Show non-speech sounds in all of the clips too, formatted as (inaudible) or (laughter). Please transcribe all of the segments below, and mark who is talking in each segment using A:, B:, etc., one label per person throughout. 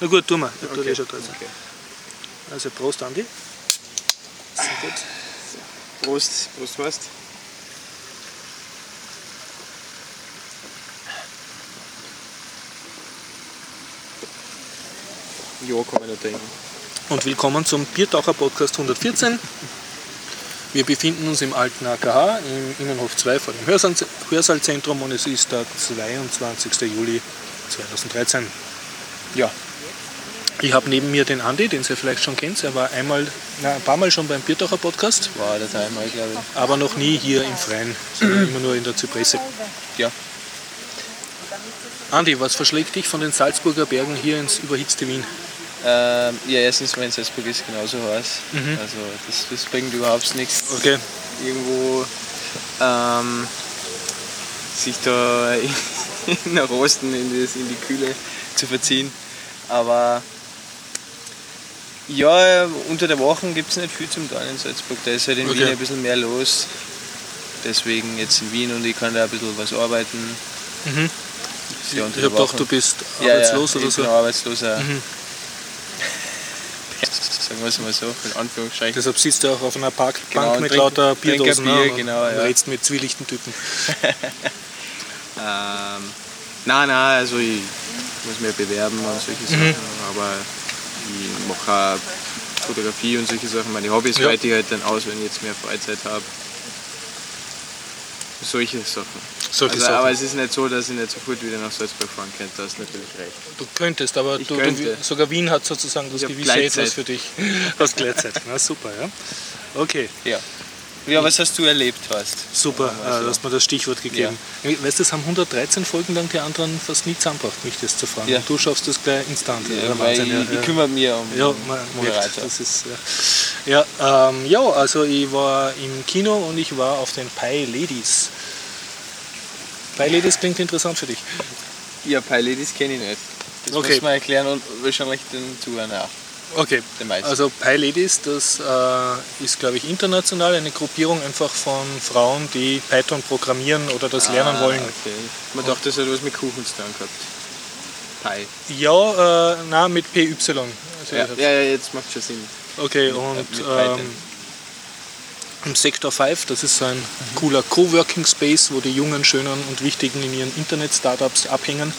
A: Na gut, tun wir. Ich tu dir schon da jetzt.
B: okay.
A: Also Prost, Andi. Sehr gut.
B: Prost, Prost, Prost. Ja, kann man nicht denken.
A: Und willkommen zum Biertaucher Podcast 114. Wir befinden uns im alten AKH im Innenhof 2 vor dem Hörsaal- Hörsaalzentrum und es ist der 22. Juli 2013. Ja. Ich habe neben mir den Andi, den ihr vielleicht schon kennt. Er war einmal, na, ein paar Mal schon beim Biertaucher Podcast,
B: War der Timer, glaube ich.
A: aber noch nie hier im Freien, sondern immer nur in der Zypresse.
B: Ja.
A: Andi, was verschlägt dich von den Salzburger Bergen hier ins überhitzte Wien?
B: Ähm, ja, erstens, mein Salzburg ist genauso heiß. Also, das, das bringt überhaupt nichts.
A: Okay,
B: Irgendwo ähm, sich da (laughs) in der Rosten in, das, in die Kühle zu verziehen. Aber ja, unter der Woche gibt es nicht viel zum Tun in Salzburg. Da ist halt in
A: Okay.
B: Wien ein bisschen mehr los. Deswegen jetzt in Wien und ich kann da ein bisschen was arbeiten.
A: Mhm.
B: Ja, unter
A: ich
B: der
A: habe gedacht,
B: Woche.
A: du bist
B: Ja,
A: arbeitslos
B: ja,
A: oder
B: ich
A: so.
B: Bin arbeitsloser. (laughs)
A: Mhm.
B: Sagen wir es mal so, in Anführungsstrichen.
A: Deshalb sitzt er auch auf einer Parkbank
B: Genau, und
A: mit
B: trinkt-
A: lauter
B: trinkt ein
A: Bierdosen
B: Bier,
A: ne, und
B: genau, ja.
A: redst mit zwielichten Typen.
B: Ähm, nein, nein, also ich muss mich bewerben und solche Sachen, aber ich mache auch Fotografie und solche Sachen. Meine Hobbys
A: Ja.
B: weite ich halt dann aus, wenn ich jetzt mehr Freizeit habe. Solche Sachen.
A: Solche
B: also,
A: Sachen.
B: Aber es ist nicht so, dass ich nicht sofort wieder nach Salzburg fahren könnte, das ist natürlich recht.
A: du könntest, aber
B: Ich
A: du,
B: könnte.
A: du, sogar Wien hat sozusagen das
B: Ich hab
A: gewisse
B: Gleitzeit.
A: Etwas für dich. (laughs) Hast Gleitzeit. Na super, ja. Okay,
B: Ja. Ja, was hast du erlebt, Horst?
A: super,
B: Ja, also-
A: äh, du hast mir das Stichwort gegeben. Äh, Weißt du, das haben 113 Folgen lang die anderen fast nie zusammengebracht, mich das zu fragen.
B: Ja.
A: Und Du schaffst das gleich instant.
B: Ja,
A: der
B: Äh, weil ich,
A: Wahnsinn, ja, ja.
B: ich kümmere mich um
A: Ja,
B: um
A: man
B: die
A: merkt,
B: Reiter.
A: das ist. Ja, ja, ähm, ja, also ich war im Kino und ich war auf den Pie Ladies. Pie Ladies klingt interessant für dich.
B: Ja, Pie Ladies kenne ich nicht. Das
A: Okay.
B: muss man erklären und wahrscheinlich den Zuhörern auch.
A: Okay.
B: Den meisten.
A: Also Pie Ladies, das äh, ist, glaube ich, international eine Gruppierung einfach von Frauen, die Python programmieren oder das lernen
B: Ah,
A: wollen.
B: Okay. Man dachte, das hat was mit Kuchen zu tun gehabt. Pie.
A: Ja, äh, na mit PY. Also
B: Ja,
A: ich hab's-
B: ja, ja, jetzt macht schon Sinn.
A: Okay, und
B: mit Python.
A: ähm, im Sektor 5, das ist so ein cooler Coworking Space, wo die jungen, schönen und wichtigen in ihren Internet-Startups abhängen.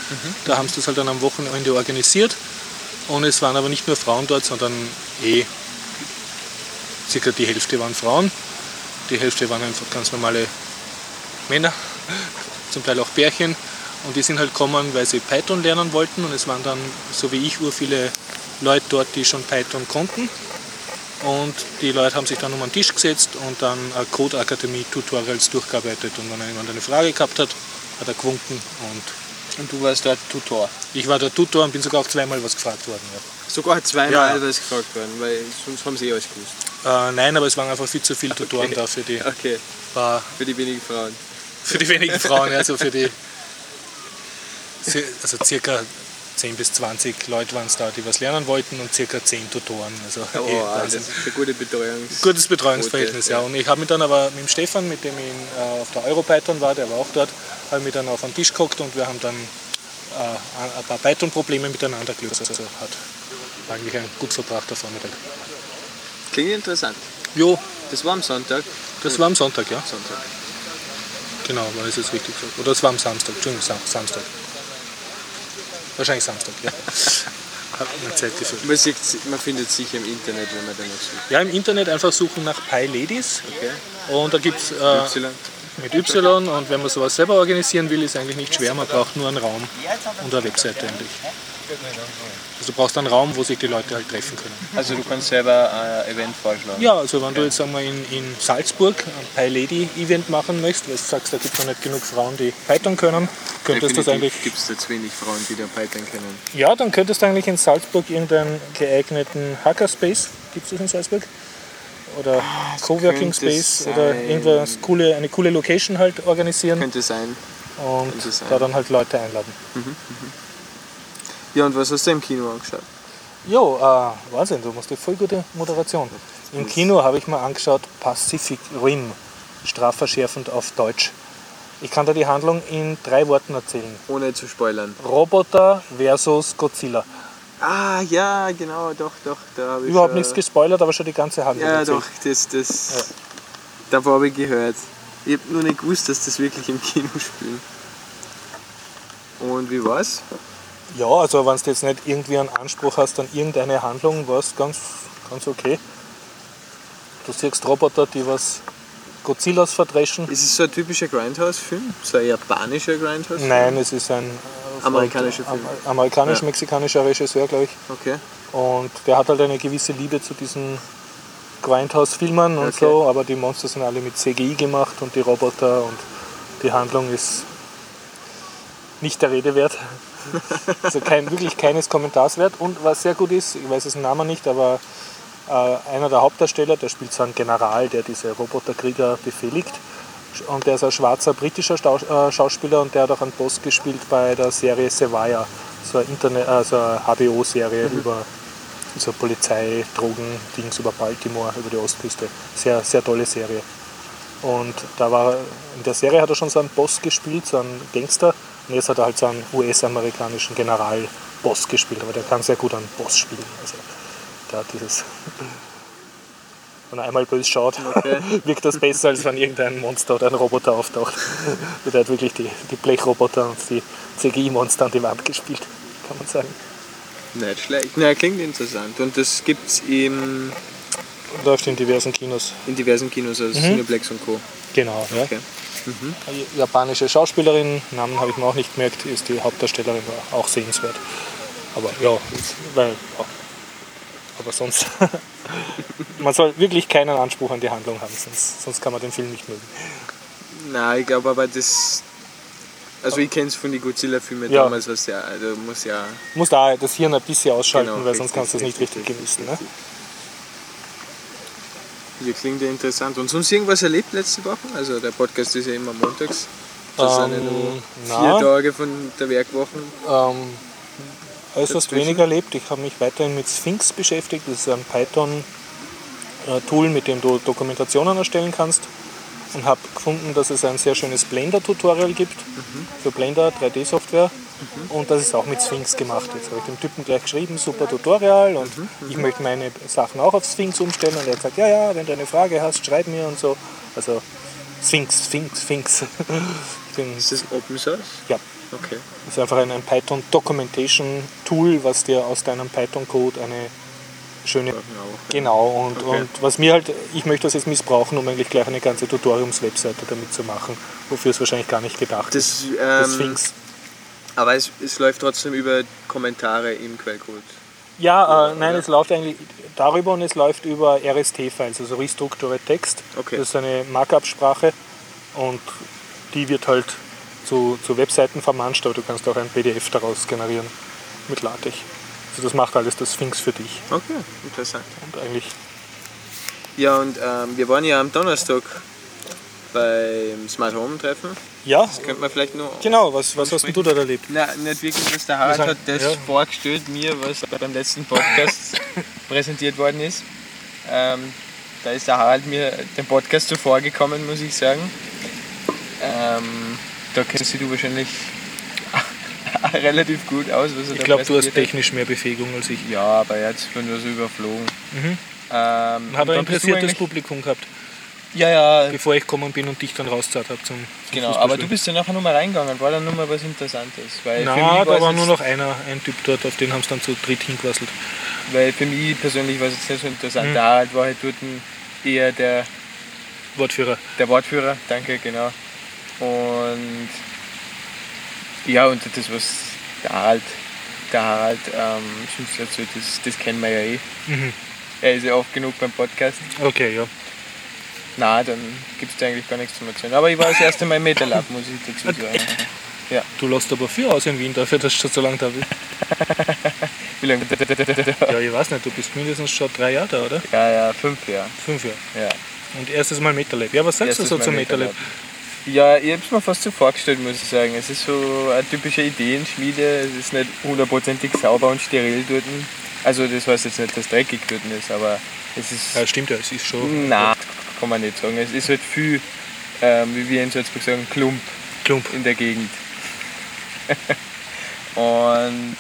A: Da haben sie das halt dann am Wochenende organisiert. Und es waren aber nicht nur Frauen dort, sondern eh circa die Hälfte waren Frauen, die Hälfte waren einfach ganz normale Männer, (laughs) zum Teil auch Bärchen. Und die sind halt gekommen, weil sie Python lernen wollten. Und es waren dann, so wie ich, ur viele Leute dort, die schon Python konnten. Und die Leute haben sich dann um einen Tisch gesetzt und dann eine Code-Akademie-Tutorials durchgearbeitet. Und wenn jemand eine Frage gehabt hat, hat er gewunken. Und
B: Und du warst dort Tutor.
A: ich war der Tutor und bin sogar auch zweimal was gefragt worden. Ja.
B: Sogar
A: Ja,
B: zweimal
A: ja.
B: was gefragt worden, weil sonst haben sie eh alles gewusst.
A: Äh, nein, aber es waren einfach viel zu viele Tutoren
B: Okay.
A: da für die,
B: Okay,
A: war,
B: für die wenigen Frauen.
A: (laughs) für die wenigen Frauen, (laughs) also für die ci- also circa 10 bis 20 Leute waren es da, die was lernen wollten und circa 10 Tutoren. Also
B: Oh,
A: eh
B: das
A: Wahnsinn.
B: ist eine gute Betreuung.
A: Gutes Betreuungsverhältnis,
B: Gute,
A: ja.
B: ja.
A: Und ich habe mich dann aber mit dem Stefan, mit dem ich äh, auf der Europython war, der war auch dort, habe ich mich dann auf einen Tisch gehockt und wir haben dann äh, ein paar Python-Probleme miteinander gelöst. Also hat eigentlich ein gut verbrachter Vormittag.
B: Klingt interessant.
A: Jo,
B: Das war am Sonntag.
A: das war am Sonntag, ja.
B: Sonntag.
A: Genau, wann ist es richtig gesagt? Oder es war am Samstag, Entschuldigung, Sam Samstag. Wahrscheinlich Samstag,
B: (laughs)
A: ja. Hab mir Zeit gefühlt.
B: Man, sieht, man findet sich im Internet, wenn man danach sucht.
A: Ja, im Internet einfach suchen nach Pi Ladies
B: Okay?
A: und da gibt es äh,
B: Y.
A: mit Y und wenn man sowas selber organisieren will, ist eigentlich nicht schwer, man braucht nur einen Raum und eine Webseite eigentlich. Also du brauchst einen Raum, wo sich die Leute halt treffen können.
B: Also du kannst selber ein Event vorschlagen.
A: Ja, also wenn du jetzt einmal in, in Salzburg ein Pi Lady Event machen möchtest, weil du sagst, da gibt es noch nicht genug Frauen, die Python können, könntest du das eigentlich
B: Gibt es jetzt wenig Frauen, die da Python kennen?
A: Ja, dann könntest du eigentlich in Salzburg irgendeinen geeigneten Hackerspace, gibt es das in Salzburg? Oder Coworking
B: könnte
A: Space oder
B: sein.
A: irgendwas coole, eine coole Location halt organisieren
B: Könnte sein.
A: und
B: könnte sein.
A: da dann halt Leute einladen.
B: Ja, und was hast du im Kino angeschaut?
A: Jo, äh, Wahnsinn, du machst eine voll gute Moderation. Im Kino habe ich mal angeschaut Pacific Rim, strafverschärfend auf Deutsch. Ich kann dir die Handlung in drei Worten erzählen.
B: Ohne zu spoilern.
A: Roboter versus Godzilla.
B: Ah, ja, genau, doch, doch. Da habe ich
A: Überhaupt
B: schon-
A: nichts gespoilert, aber schon die ganze Handlung.
B: äh, Ja,
A: erzählt.
B: doch, das, das, davon habe ich gehört. Ich habe nur nicht gewusst, dass das wirklich im Kino spielt. Und wie war's?
A: Ja, also wenn du jetzt nicht irgendwie einen Anspruch hast an irgendeine Handlung, war es ganz, ganz okay. Du siehst Roboter, die was Godzillas verdreschen.
B: Ist es so ein typischer Grindhouse-Film? So ein japanischer Grindhouse-Film?
A: Nein, es ist ein äh,
B: Amerikanischer Film.
A: Am- amerikanisch-mexikanischer Regisseur, glaube ich.
B: Okay.
A: Und der hat halt eine gewisse Liebe zu diesen Grindhouse-Filmen und
B: Okay.
A: so, aber die Monster sind alle mit CGI gemacht und die Roboter und die Handlung ist nicht der Rede wert. also kein, wirklich keines Kommentars wert. Und was sehr gut ist, ich weiß es den Namen nicht, aber äh, einer der Hauptdarsteller, der spielt so einen General, der diese Roboterkrieger befehligt. Und der ist ein schwarzer britischer Stau äh, Schauspieler und der hat auch einen Boss gespielt bei der Serie Sevilla, so eine, Interne- äh, so eine HBO-Serie über so Polizei, Drogen, Dings über Baltimore, über die Ostküste. Sehr, sehr tolle Serie. Und da war in der Serie hat er schon so einen Boss gespielt, so einen Gangster. Und jetzt hat er halt so einen US-amerikanischen General-Boss gespielt. Aber der kann sehr gut einen Boss spielen. Also der hat dieses. Wenn er einmal böse schaut, (laughs) wirkt das besser, als wenn irgendein Monster oder ein Roboter auftaucht. Und der hat wirklich die, die Blechroboter und die CGI-Monster an die Wand gespielt, kann man sagen.
B: Nicht schlecht. Na, klingt interessant. Und das gibt's im,
A: Läuft in diversen Kinos.
B: in diversen Kinos, also
A: Mhm.
B: Cineplex und Co.
A: Genau, ja.
B: Okay.
A: Eine japanische Schauspielerin, Namen habe ich mir auch nicht gemerkt, ist die Hauptdarstellerin, war auch sehenswert. Aber ja, jetzt- weil, ja. aber sonst, (laughs) man soll wirklich keinen Anspruch an die Handlung haben, sonst, sonst kann man den Film nicht mögen.
B: Nein, ich glaube aber das. Also ich kenne es von den Godzilla-Filmen
A: Ja.
B: damals, was ja, also muss ja.
A: Du musst da das Hirn ein bisschen ausschalten,
B: Genau,
A: weil sonst
B: richtig,
A: kannst du es nicht richtig,
B: richtig,
A: genießen. ne?
B: richtig, Ja, klingt ja interessant. Und sonst irgendwas erlebt letzte Woche? Also der Podcast ist ja immer montags. Das sind ja
A: Ähm,
B: nur vier
A: na.
B: Tage von der Werkwoche.
A: Ne? Ähm, äußerst
B: Dazwischen?
A: wenig erlebt. Ich habe mich weiterhin mit Sphinx beschäftigt. Das ist ein Python-Tool, mit dem du Dokumentationen erstellen kannst. Und habe gefunden, dass es ein sehr schönes Blender-Tutorial gibt für Blender 3D-Software. Und das ist auch mit Sphinx gemacht. Jetzt habe ich dem Typen gleich geschrieben, super Tutorial und ich möchte meine Sachen auch auf Sphinx umstellen. Und er hat gesagt, ja, ja, wenn du eine Frage hast, schreib mir und so. Also Sphinx, Sphinx, Sphinx. (laughs) ich bin
B: Ist das Open Source?
A: ja,
B: Okay.
A: das ist einfach ein, ein Python Documentation Tool, was dir aus deinem Python Code eine schöne Genau, und,
B: Okay.
A: und was mir halt, ich möchte das jetzt missbrauchen, um eigentlich gleich eine ganze Tutoriums-Webseite damit zu machen, wofür es wahrscheinlich gar nicht gedacht ist.
B: Das,
A: Das
B: ähm,
A: Sphinx.
B: aber es, es läuft trotzdem über Kommentare im Quellcode.
A: Ja, äh, nein, es läuft eigentlich darüber und es läuft über RST-Files, also Restructured Text.
B: Okay.
A: Das ist eine Markup-Sprache und die wird halt zu, zu Webseiten vermanscht, aber du kannst auch ein PDF daraus generieren mit LaTeX. Also das macht alles das Sphinx für dich.
B: Okay, interessant.
A: Und eigentlich,
B: Ja, und ähm, wir waren ja am Donnerstag beim Smart Home Treffen.
A: ja,
B: Könnte man vielleicht nur.
A: genau, was, was hast denn du da erlebt?
B: Na, nicht wirklich, was der Harald
A: Wir
B: hat
A: sagen-
B: das
A: ja.
B: vorgestellt mir, was beim letzten Podcast
A: (laughs)
B: präsentiert worden ist. Ähm, da ist der Harald mir dem Podcast zuvor gekommen, muss ich sagen. Ähm, da kennst du wahrscheinlich (laughs) relativ gut aus, was er
A: Ich
B: da
A: glaube, du hast
B: präsentiert
A: technisch mehr Befähigung als ich.
B: hat. Ja, aber er hat es nur so überflogen. Ähm,
A: Mhm. Hat ein
B: und dann bist du
A: interessiertes
B: eigentlich-
A: Publikum gehabt,
B: Ja, ja,
A: bevor ich gekommen bin und dich dann rausgezahlt habe zum, zum
B: Genau,
A: Fußballspielen.
B: aber du bist ja nachher nochmal reingegangen, war dann nochmal was Interessantes. Weil für
A: Na,
B: mich
A: da
B: es
A: war
B: jetzt-
A: nur noch einer, ein Typ dort, auf den haben sie dann zu dritt hinquasselt.
B: Weil für mich persönlich war es jetzt nicht so interessant. Der Harald war halt dort ein- eher der,
A: Wortführer.
B: der Wortführer, danke, genau. Und ja, und das, was der Harald, der Harald ähm, sonst erzählt, das, das kennen wir ja eh. Er ist ja oft genug beim Podcast.
A: Mhm. Okay, ja.
B: Na, dann gibt es da eigentlich gar nichts zu erzählen. Aber ich war das erste Mal im Metalab, muss ich dazu sagen.
A: Du lässt aber viel aus in Wien dafür, dass du schon so lange da
B: (laughs)
A: bist.
B: Wie lange?
A: Ja, ich weiß nicht, du bist mindestens schon drei Jahre da, oder?
B: Ja, ja, fünf Jahre.
A: Fünf Jahre.
B: Ja.
A: Und erstes Mal Metalab. Ja, was sagst
B: Erstes
A: du so
B: Mal
A: zum
B: Metalab.
A: Metalab?
B: Ja, ich hab's mir fast so vorgestellt, muss ich sagen. Es ist so eine typische Ideenschmiede. Es ist nicht hundertprozentig sauber und steril dort. Also das heißt jetzt nicht, dass dreckig dort ist, aber es ist...
A: Ja, stimmt ja, es ist schon
B: na, kann man nicht sagen. Es ist halt viel, ähm, wie wir in Salzburg sagen, Klump
A: klump.
B: in der (laughs) Gegend. und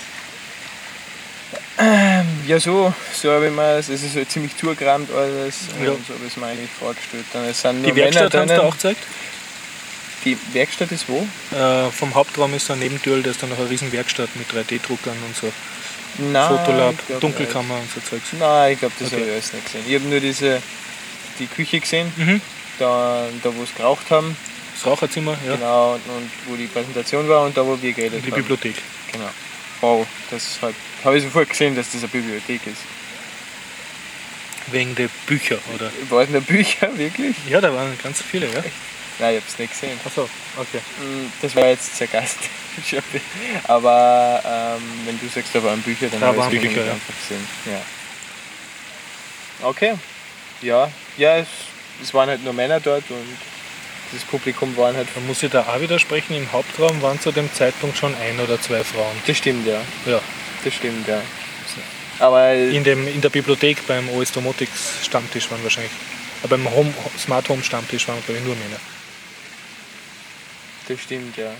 B: ähm, Ja, so, so habe ich mir es ist halt ziemlich zugerammt alles und
A: Ja.
B: so habe ich es mir eigentlich vorgestellt. Dann, es sind nur
A: Die Werkstatt
B: Männer
A: haben sie da
B: drinnen.
A: auch gezeigt.
B: Die Werkstatt ist wo?
A: Äh, vom Hauptraum ist so ein Nebentürl, da ist dann noch eine riesen Werkstatt mit 3D-Druckern und so. Ah,
B: Nein,
A: Fotolab,
B: ich glaub
A: Dunkelkammer und so Zeugs.
B: Nicht. Nein, ich glaube, das
A: Okay.
B: habe ich alles nicht gesehen. Ich habe nur diese, die Küche gesehen,
A: Mhm.
B: dann, da wo es geraucht haben,
A: Das Raucherzimmer, ja.
B: genau, und, und wo die Präsentation war und da wo wir geredet
A: Und die
B: haben.
A: Bibliothek.
B: Genau. Wow, das ist halt, habe ich sofort gesehen, dass das eine Bibliothek ist.
A: Wegen der Bücher, oder?
B: Waren da Bücher, (laughs) wirklich?
A: Ja, da waren ganz viele, ja.
B: Nein, ich habe es nicht gesehen.
A: Achso, okay.
B: Mm, Das war jetzt sehr (laughs) gastisch. Aber ähm, wenn du sagst, da waren Bücher, dann
A: Da
B: habe ich
A: waren
B: es wirklich
A: Bücher,
B: nicht
A: ja.
B: einfach gesehen. Ja. Okay. Ja, ja es, es waren halt nur Männer dort und das Publikum waren halt.
A: Man muss ja da auch widersprechen, im Hauptraum waren zu dem Zeitpunkt schon ein oder zwei Frauen.
B: Das stimmt, ja.
A: Ja.
B: Das stimmt, ja. Aber
A: In, dem, in der Bibliothek beim OS Domotics Stammtisch waren wahrscheinlich. Aber beim Home, Smart Home Stammtisch waren, glaube ich, nur Männer.
B: das stimmt, ja.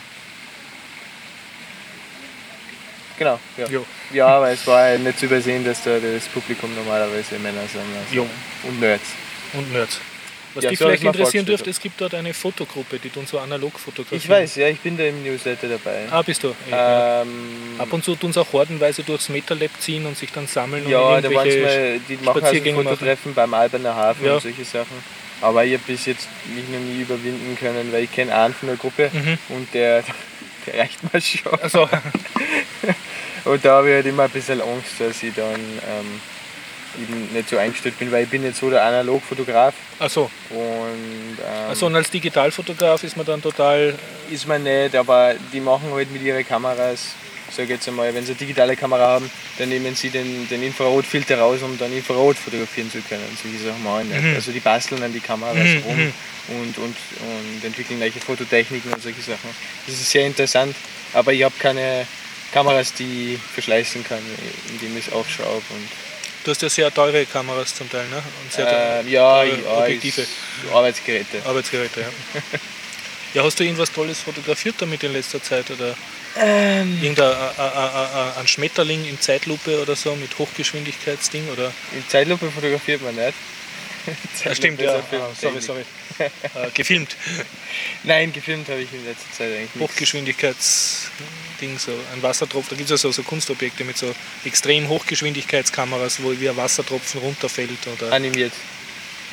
B: Genau, ja.
A: Jo.
B: Ja, aber es war halt nicht zu übersehen, dass da das Publikum normalerweise Männer sind. Also.
A: Jo.
B: Und Nerds.
A: Und Nerds. Was
B: Ja,
A: dich
B: so habe ich
A: vielleicht
B: mir
A: interessieren
B: vorgestellt.
A: dürfte, es gibt dort eine Fotogruppe, die tun so analog fotografieren.
B: Ich weiß, ja, ich bin da im Newsletter dabei.
A: Ah, bist du? Ja.
B: Ähm,
A: Ab und zu tun sie auch hordenweise durchs MetaLab ziehen und sich dann sammeln und
B: ja,
A: in
B: da waren
A: irgendwelche
B: mal, die machen also
A: Spaziergänge machen.
B: Fototreffen beim Alberner Hafen
A: Ja.
B: und solche Sachen. Aber ich habe bis jetzt mich noch nie überwinden können, weil ich kenne einen von der Gruppe
A: Mhm.
B: und der, (laughs) der reicht mir schon.
A: Also,
B: Und da habe ich halt immer ein bisschen Angst, dass ich dann ähm, eben nicht so eingestellt bin, weil ich bin jetzt so der Analogfotograf
A: also,
B: und ähm,
A: also und als Digitalfotograf ist man dann total
B: ist man nicht, aber die machen halt mit ihren Kameras, sag ich jetzt einmal, wenn sie eine digitale Kamera haben, dann nehmen sie den, den Infrarotfilter raus, um dann Infrarot fotografieren zu können. Solche Sachen machen nicht.
A: Mhm.
B: Also die basteln an die Kameras
A: Mhm,
B: rum
A: mhm.
B: und, und, und entwickeln neue Fototechniken und solche Sachen. Das ist sehr interessant, aber ich habe keine Kameras, die ich verschleißen kann, indem ich es aufschraube. Und,
A: Du hast ja sehr teure Kameras zum Teil, ne? Und sehr
B: äh,
A: teure
B: ja,
A: teure
B: ja,
A: Objektive,
B: ist, Arbeitsgeräte.
A: Arbeitsgeräte,
B: (laughs)
A: ja. ja, hast du irgendwas Tolles fotografiert damit in letzter Zeit? Oder
B: Ähm.
A: irgendein a- a- a- a- a- ein Schmetterling in Zeitlupe oder so mit Hochgeschwindigkeitsding? Oder?
B: In Zeitlupe fotografiert man nicht. (laughs)
A: Ah, stimmt,
B: Zeitlupe
A: ja.
B: ist ein
A: Ah, sorry,
B: Filmtechnik.
A: sorry. (laughs) äh, gefilmt.
B: Nein, gefilmt habe ich in letzter Zeit eigentlich nichts.
A: Hochgeschwindigkeitsding, so ein Wassertropfen. Da gibt es ja so, so Kunstobjekte mit so extrem Hochgeschwindigkeitskameras, wo wie ein Wassertropfen runterfällt. Oder,
B: animiert.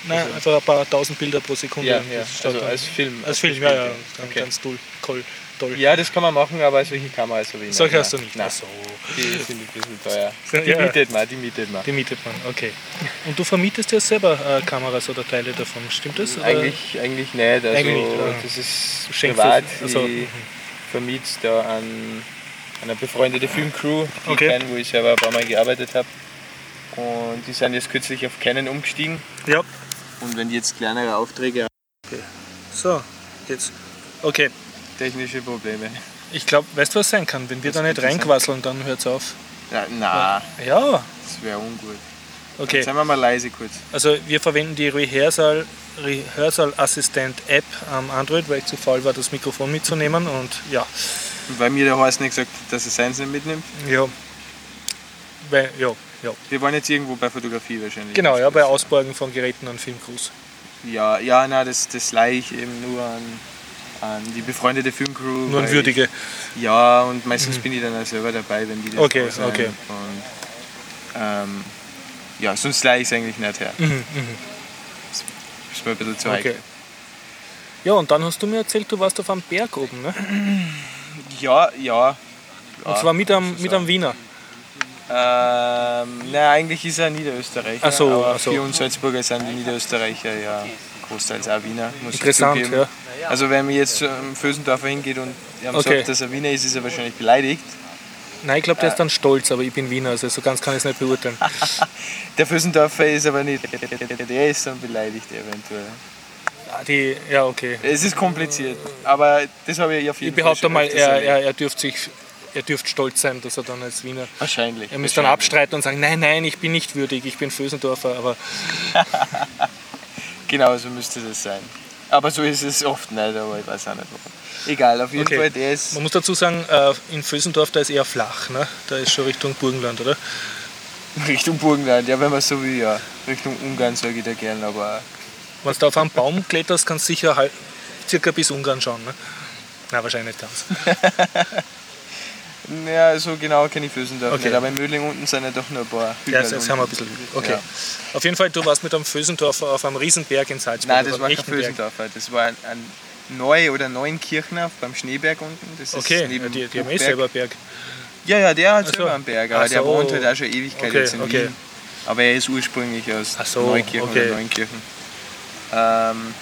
A: nein, einfach ein paar tausend Bilder pro Sekunde.
B: Ja,
A: Das
B: ja.
A: schaut
B: Also
A: dann-
B: als Film.
A: Als Film, ja, ja.
B: gespielt,
A: Okay.
B: Okay.
A: Ganz toll. Cool, toll.
B: Ja, das kann man machen, aber solche Kameras habe ich nicht.
A: Solche hast du
B: Nein,
A: nicht.
B: Nein,
A: Ach so.
B: die sind ein bisschen teuer.
A: (laughs) Ja.
B: Die mietet man, die mietet man.
A: Die mietet man, okay. Und du vermietest ja selber äh, Kameras oder Teile davon, stimmt das? Oder?
B: Eigentlich, eigentlich nicht. Also
A: Eigentlich nicht, ja.
B: das ist
A: Du schenkst
B: privat.
A: das-
B: Ich
A: also, mhm.
B: vermiet da an eine befreundete Filmcrew, die
A: Okay.
B: ich kenn, wo ich selber ein paar Mal gearbeitet habe. Und die sind jetzt kürzlich auf Canon umgestiegen.
A: Ja.
B: Und wenn die jetzt kleinere Aufträge haben,
A: So, jetzt. Okay.
B: technische Probleme.
A: Ich glaube, weißt du, was sein kann? Wenn wir
B: Was
A: da nicht
B: könnte sein?
A: reinquasseln, dann hört's auf.
B: Ja, na,
A: Ja,
B: das wäre ungut.
A: okay.
B: Seien wir mal leise kurz.
A: Also wir verwenden die Rehearsal, Rehearsal Assistant App am Android, weil ich zu faul war, das Mikrofon mitzunehmen und ja,
B: Und Weil mir der Horst nicht gesagt hat, dass er seins nicht mitnimmt.
A: ja, weil, ja, ja.
B: Wir waren jetzt irgendwo bei Fotografie wahrscheinlich.
A: Genau, ja, bei Ausborgen von Geräten an Filmcrews.
B: Ja, ja na, das, das leih ich eben nur an, an die befreundete Filmcrew.
A: Nur ein
B: weil-
A: Würdige. Mhm.
B: Ja, und meistens bin ich dann auch selber dabei, wenn die das
A: Okay,
B: machen.
A: okay.
B: Und, ähm, ja, sonst leih ich es eigentlich nicht her.
A: Mhm, mhm.
B: Ist mir ein bisschen zu
A: Okay.
B: heikel.
A: Ja, und dann hast du mir erzählt, du warst auf einem Berg oben, ne?
B: Ja, ja.
A: Und zwar mit einem, mit einem Wiener.
B: Ähm, na, eigentlich ist er ein Niederösterreicher.
A: Ach so,
B: aber
A: ach so.
B: Für uns Salzburger sind die Niederösterreicher ja großteils auch Wiener. Muss
A: Interessant,
B: ich zugeben. Also, wenn man jetzt zum Fösendorfer hingeht und er
A: Okay.
B: sagt, dass er Wiener ist, ist er wahrscheinlich beleidigt.
A: Nein, ich glaube, der ist dann stolz, aber ich bin Wiener, also so ganz kann ich es nicht beurteilen.
B: Der Fösendorfer ist aber nicht. Der ist dann beleidigt eventuell.
A: Ah, Die, ja, okay.
B: Es ist kompliziert, aber das habe ich auf
A: Ich
B: jeden
A: behaupte
B: Fall. schon
A: mal,
B: öfters
A: er,
B: erlebt.
A: er, er dürfte sich, er dürfte stolz sein, dass er dann als Wiener
B: Wahrscheinlich.
A: Er müsst dann
B: wahrscheinlich.
A: abstreiten und sagen, nein, nein, ich bin nicht würdig, ich bin Fösendorfer, aber
B: Genau, so müsste das sein. Aber so ist es oft nicht, aber ich weiß auch nicht warum. Egal, auf jeden
A: Okay.
B: Fall, der ist.
A: man muss dazu sagen, äh, in Fösendorf, da ist eher flach, ne? da ist schon Richtung Burgenland, oder?
B: (laughs) Richtung Burgenland, ja, wenn man so will, ja. Richtung Ungarn sage ich da gern, aber
A: Wenn du da auf einen Baum kletterst, kannst du sicher halb, circa bis Ungarn schauen. Ne? Nein, wahrscheinlich nicht ganz.
B: ja, so genau kenne ich Flösendorf
A: Okay.
B: nicht. Aber in Mödling unten sind ja doch nur ein paar
A: Ja,
B: Hügel
A: jetzt, jetzt
B: und-
A: haben wir ein bisschen. Okay.
B: Ja.
A: Auf jeden Fall, du warst mit einem Fösendorfer auf einem Riesenberg in Salzburg.
B: Nein, das
A: aber
B: war
A: einem
B: kein
A: echten Also Berg.
B: Flösendorfer, das war ein, ein Neu- oder Neuenkirchner beim Schneeberg unten. Das
A: Okay,
B: ist neben
A: die, die haben eh
B: Hochberg.
A: selber einen Berg.
B: Ja, ja, der
A: Ach
B: hat
A: so.
B: selber einen Berg, aber
A: Ach
B: der
A: so.
B: wohnt halt auch schon Ewigkeit
A: Okay,
B: jetzt in
A: okay.
B: Wien. Aber er ist ursprünglich aus
A: Ach so,
B: Neukirchen
A: okay.
B: oder Neunkirchen. Ähm,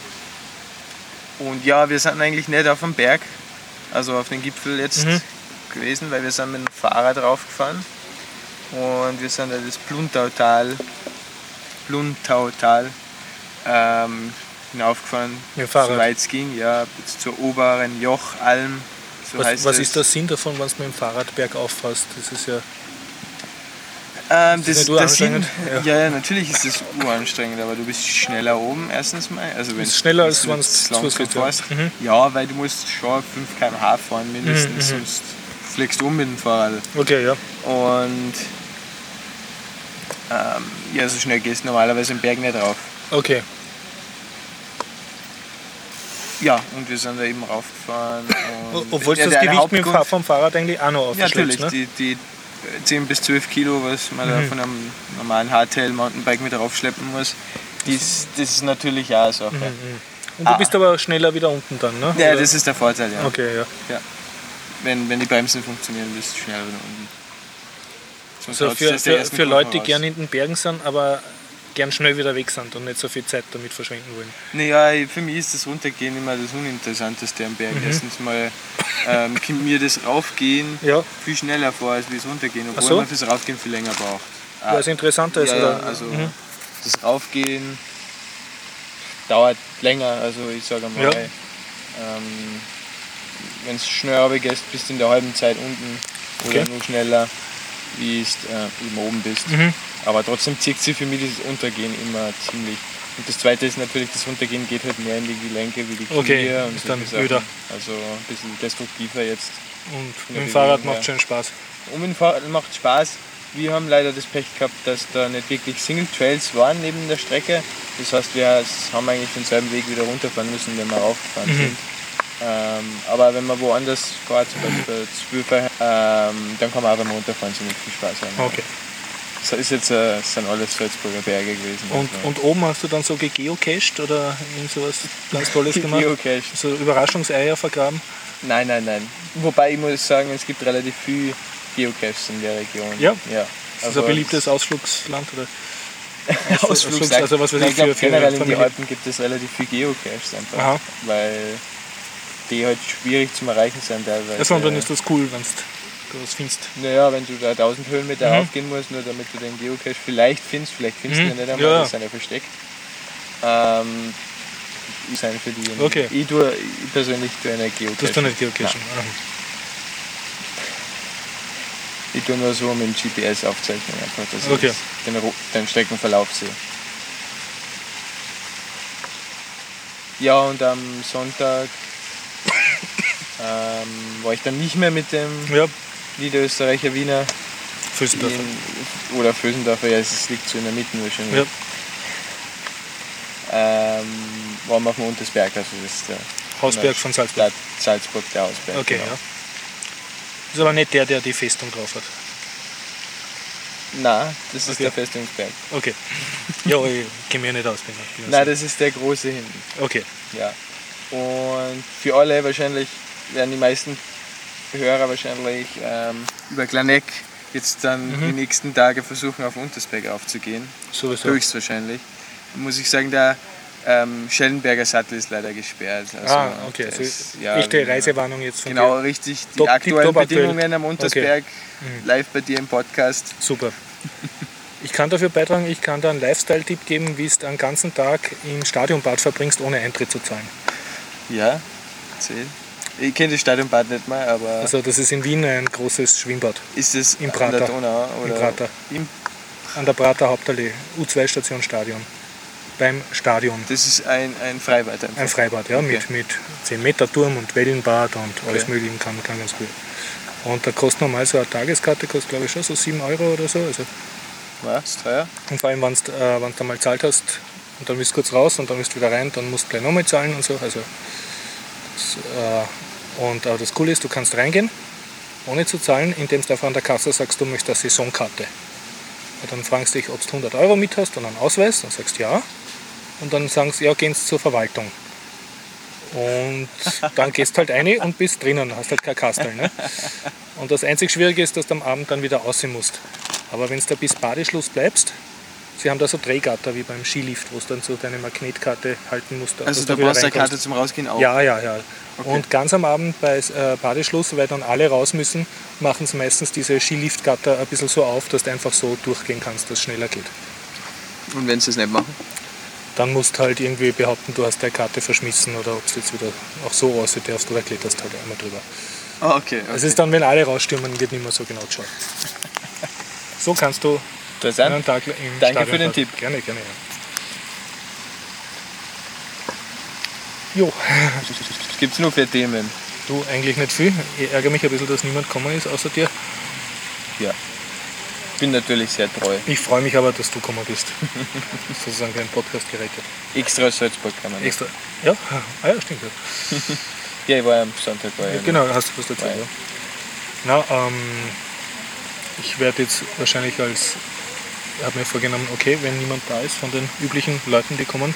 B: und ja, wir sind eigentlich nicht auf dem Berg, also auf den Gipfel jetzt
A: Mhm.
B: gewesen, weil wir sind mit dem Fahrrad raufgefahren und wir sind da das Bluntautal, Bluntautal ähm, hinaufgefahren,
A: Mit dem Fahrrad?
B: soweit es ging, ja, bis zur oberen Jochalm, so
A: Was,
B: heißt
A: was
B: es.
A: ist der Sinn davon, wenn du mit dem Fahrrad bergauf fährst? Das ist ja.
B: Ähm,
A: das
B: das,
A: nicht
B: das Sinn,
A: uranstrengend?
B: ja. ja, natürlich ist es uranstrengend, aber du bist schneller oben erstens mal. Also wenn
A: bist schneller, als
B: wenn du
A: wenn's
B: jetzt
A: zu
B: langsam
A: Fuß geht, ja.
B: fährst.
A: Mhm.
B: Ja, weil du musst schon 5 km/h fahren mindestens,
A: Mhm, mhm.
B: sonst fliegst du um mit dem Fahrrad.
A: Okay, ja.
B: Und ähm, ja, so schnell gehst du normalerweise im Berg nicht rauf.
A: Okay.
B: Ja, und wir sind da eben raufgefahren.
A: O-
B: und-
A: Obwohl
B: Ja,
A: du das
B: der- der
A: Gewicht mit dem
B: Hauptgrund-
A: Fahr- vom Fahrrad eigentlich auch noch
B: Ja, natürlich.
A: aufschlägst. ne?
B: Die, die 10 bis 12 Kilo, was man da
A: Mhm.
B: von einem normalen Hardtail Mountainbike mit raufschleppen muss, dies, das ist natürlich auch eine Sache.
A: Mhm. Und du
B: Ah.
A: bist aber schneller wieder unten dann, ne?
B: Ja,
A: Oder?
B: das ist der Vorteil, ja.
A: Okay, ja.
B: Wenn, wenn die Bremsen funktionieren, bist du schneller wieder unten. Sonst
A: Also
B: haut's
A: für,
B: aus der
A: für,
B: ersten
A: für
B: Kurve
A: Leute, die
B: raus.
A: gerne in den Bergen sind, aber gern schnell wieder weg sind und nicht so viel Zeit damit verschwenden wollen.
B: Naja, für mich ist das Runtergehen immer das Uninteressanteste am
A: Mhm.
B: Berg. Erstens mal ähm, kommt mir das Raufgehen
A: Ja,
B: viel schneller vor, als wie das Runtergehen, obwohl
A: Ach so.
B: man fürs Raufgehen viel länger braucht. Ah,
A: weil es interessanter ist.
B: ja,
A: oder?
B: ja, also
A: Mhm.
B: das Raufgehen dauert länger, also ich sage mal,
A: Ja.
B: ähm, wenn es schnell runtergehst, bist du in der halben Zeit unten oder
A: Okay.
B: nur schneller, wie es äh, eben oben bist.
A: Mhm.
B: Aber trotzdem zieht sich für mich dieses Untergehen immer ziemlich. Und das zweite ist natürlich, das Untergehen geht halt mehr in die Gelenke wie die Knie
A: Okay,
B: und
A: ist
B: solche
A: dann
B: Sachen.
A: öder.
B: Also ein bisschen destruktiver jetzt.
A: Und mit dem
B: Bewegung,
A: Fahrrad macht
B: ja.
A: schön Spaß.
B: Um den Fahrrad macht Spaß. Wir haben leider das Pech gehabt, dass da nicht wirklich Single Trails waren neben der Strecke. Das heißt, wir haben eigentlich denselben Weg wieder runterfahren müssen, wenn wir raufgefahren
A: Mhm.
B: sind. Ähm, aber wenn man woanders fährt, zum Beispiel bei Zwölfer, ähm, dann kann man auch beim Runterfahren ziemlich viel Spaß haben.
A: Okay.
B: Das ist jetzt, äh, das sind alles Salzburger Berge gewesen.
A: Und,
B: also.
A: und oben hast du dann so gegeocached oder irgend sowas ganz Tolles
B: (laughs)
A: gemacht?
B: Geocache.
A: So Überraschungseier vergraben?
B: Nein, nein, nein. Wobei ich muss sagen, es gibt relativ viel Geocaches in der Region.
A: Ja?
B: ja. Also
A: Das ist ein beliebtes Ausflugsland oder? Ausflugs-
B: (laughs)
A: (laughs)
B: Ausflugs,
A: also was weiß
B: Nein,
A: ich,
B: ich glaube
A: für- für
B: generell in den
A: Familie.
B: Alpen gibt es relativ viel Geocaches einfach,
A: Aha.
B: weil die halt schwierig zum Erreichen sind teilweise.
A: Also, und dann ist das cool, wenn du was findest.
B: naja, wenn du da 1000 Höhenmeter
A: Mhm.
B: raufgehen musst, nur damit du den Geocache vielleicht findest, vielleicht findest
A: Mhm.
B: du ihn nicht einmal,
A: Ja.
B: die sind ja versteckt. Ähm, die sind für die.
A: Okay.
B: Ich, tue, ich persönlich tue eine Geocache.
A: Du hast da nicht geocachen.
B: Ich tue nur so mit dem GPS aufzeichnen, einfach, dass
A: Okay.
B: ich den, Ro- den Streckenverlauf sehe. Ja, und am Sonntag (coughs) ähm, war ich dann nicht mehr mit dem
A: Aha. genau. Ja,
B: Niederösterreicher Wiener
A: Füßendorfer.
B: in, oder Fösendorfer, ja, es liegt so in der Mitte wahrscheinlich.
A: Ja.
B: Ähm, waren wir auf dem Untersberg, also das ist der
A: Hausberg von Salzburg.
B: Stadt Salzburg, der Hausberg.
A: Okay,
B: genau.
A: ja. Ist aber nicht der, der die Festung drauf hat.
B: Nein, das ist
A: Okay.
B: der Festungsberg. (laughs)
A: Okay. Ja, ich kenne mich nicht aus. Bin ich- bin
B: Nein, das ist der große hinten.
A: okay.
B: Ja. Und für alle wahrscheinlich werden die meisten Hörer wahrscheinlich ähm, über Glaneck jetzt dann
A: Mhm.
B: die nächsten Tage versuchen, auf Untersberg aufzugehen.
A: Sowieso.
B: Höchstwahrscheinlich. Muss ich sagen, der ähm, Schellenberger Sattel ist leider gesperrt. Also,
A: ah, okay. Also,
B: das- ja,
A: echte
B: wenn-
A: Reisewarnung jetzt von
B: Genau,
A: dir.
B: richtig. Die
A: Top-
B: aktuellen
A: tipptopp aktuell. Mhm.
B: Bedingungen am Untersberg, live bei dir im Podcast.
A: Super. Ich kann dafür beitragen, ich kann da einen Lifestyle-Tipp geben, wie du einen ganzen Tag im Stadionbad verbringst, ohne Eintritt zu zahlen.
B: Ja, zehn. Ich kenne das Stadionbad nicht mal, aber
A: Also das ist in Wien ein großes Schwimmbad
B: ist es
A: im
B: an der
A: Prater.
B: Donau? Oder
A: Prater.
B: Im
A: an der Prater Hauptallee, U2-Station Stadion. Beim Stadion.
B: Das ist ein, ein Freibad einfach.
A: Ein Freibad, ja, mit, mit 10 Meter Turm und Wellenbad und alles
B: Okay.
A: Mögliche kann, kann ganz gut. Und da kostet normal so eine Tageskarte, kostet glaube ich schon so 7 Euro oder so. Also
B: Ja, ist teuer.
A: Und vor allem, wenn du äh, wenn's dann mal gezahlt hast und dann bist du kurz raus und dann bist du wieder rein, dann musst du gleich nochmal zahlen und so. Also, das, äh, und aber das Coole ist, du kannst reingehen, ohne zu zahlen, indem du einfach an der Kasse sagst, du möchtest eine Saisonkarte. Ja, dann fragst du dich, ob du 100 Euro mit hast und einen Ausweis, dann sagst du ja. Und dann sagen sie, ja, gehen Sie zur Verwaltung. Und dann gehst halt rein und bist drinnen, hast halt kein Kastel. Ne? Und das einzig Schwierige ist, dass du am Abend dann wieder aussehen musst. Aber wenn du da bis Badeschluss bleibst, sie haben da so Drehgatter wie beim Skilift, wo du dann so deine Magnetkarte halten musst. dass
B: Also
A: da
B: du
A: wieder
B: brauchst eine
A: reinkommst.
B: Karte zum Rausgehen auch.
A: Ja, ja, ja.
B: Okay.
A: Und ganz am Abend bei äh, Badeschluss, weil dann alle raus müssen, machen sie meistens diese Skiliftgatter ein bisschen so auf, dass du einfach so durchgehen kannst, dass es schneller geht.
B: Und wenn sie es nicht machen?
A: Dann musst du halt irgendwie behaupten, du hast deine Karte verschmissen oder ob du jetzt wieder auch so aussieht, darfst oder kletterst halt einmal drüber.
B: Ah, okay. okay.
A: Es ist dann, wenn alle rausstürmen, wird nicht mehr so genau geschaut. So kannst du einen
B: interessant.
A: Tag im
B: Danke
A: Stadion
B: für den
A: warten.
B: Tipp.
A: Gerne, gerne, ja. Jo.
B: Gibt es nur für Themen?
A: Du, eigentlich nicht viel. Ich ärgere mich ein bisschen, dass niemand gekommen ist außer dir.
B: Ja. Bin natürlich sehr treu.
A: Ich freue mich aber, dass du gekommen
B: (laughs)
A: bist. Sozusagen dein Podcast gerettet.
B: Extra Salzburg kann man. nicht.
A: Extra. Ja? Ah ja, stimmt. Ja.
B: Ja, ich war ja am Sonntag. War
A: Ja,
B: ja
A: genau, hast du was dazu.
B: Weil-
A: Ja. Na, ähm, ich werde jetzt wahrscheinlich als, habe mir vorgenommen, okay, wenn niemand da ist von den üblichen Leuten, die kommen,